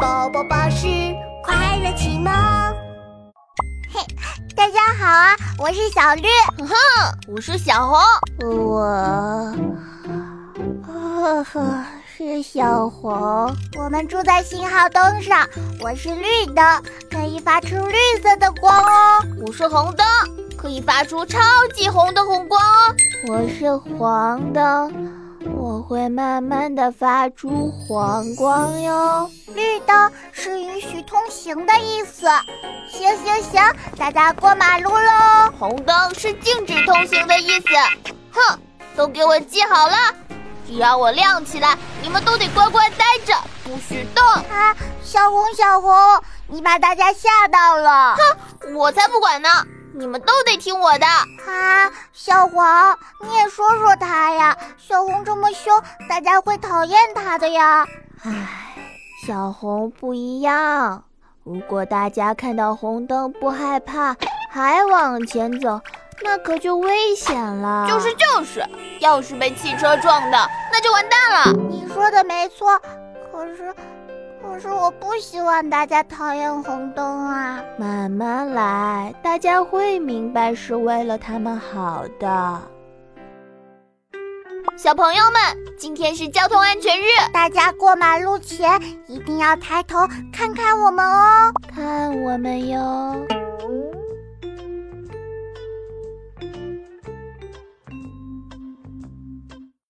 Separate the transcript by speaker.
Speaker 1: 宝宝巴士快乐启蒙。嘿，大家好啊，我是小绿，
Speaker 2: 嗯哼，我是小红。
Speaker 1: 我，呵呵，是小红。我们住在信号灯上，我是绿灯，可以发出绿色的光哦。
Speaker 2: 我是红灯，可以发出超级红的红光哦。
Speaker 1: 我是黄灯。我会慢慢的发出黄光哟。绿灯是允许通行的意思。行行行，大家过马路喽。
Speaker 2: 红灯是禁止通行的意思。哼，都给我记好了，只要我亮起来，你们都得乖乖待着，不许动。
Speaker 1: 啊，小红小红，你把大家吓到了。
Speaker 2: 哼，我才不管呢。你们都得听我的
Speaker 1: 啊！小黄，你也说说他呀！小红这么凶，大家会讨厌他的呀。唉，小红不一样。如果大家看到红灯不害怕，还往前走，那可就危险了。
Speaker 2: 就是就是，要是被汽车撞到，那就完蛋了。
Speaker 1: 你说的没错，可是。可是我不希望大家讨厌红灯啊！慢慢来，大家会明白是为了他们好的。
Speaker 2: 小朋友们，今天是交通安全日，
Speaker 1: 大家过马路前一定要抬头看看我们哦，看我们哟。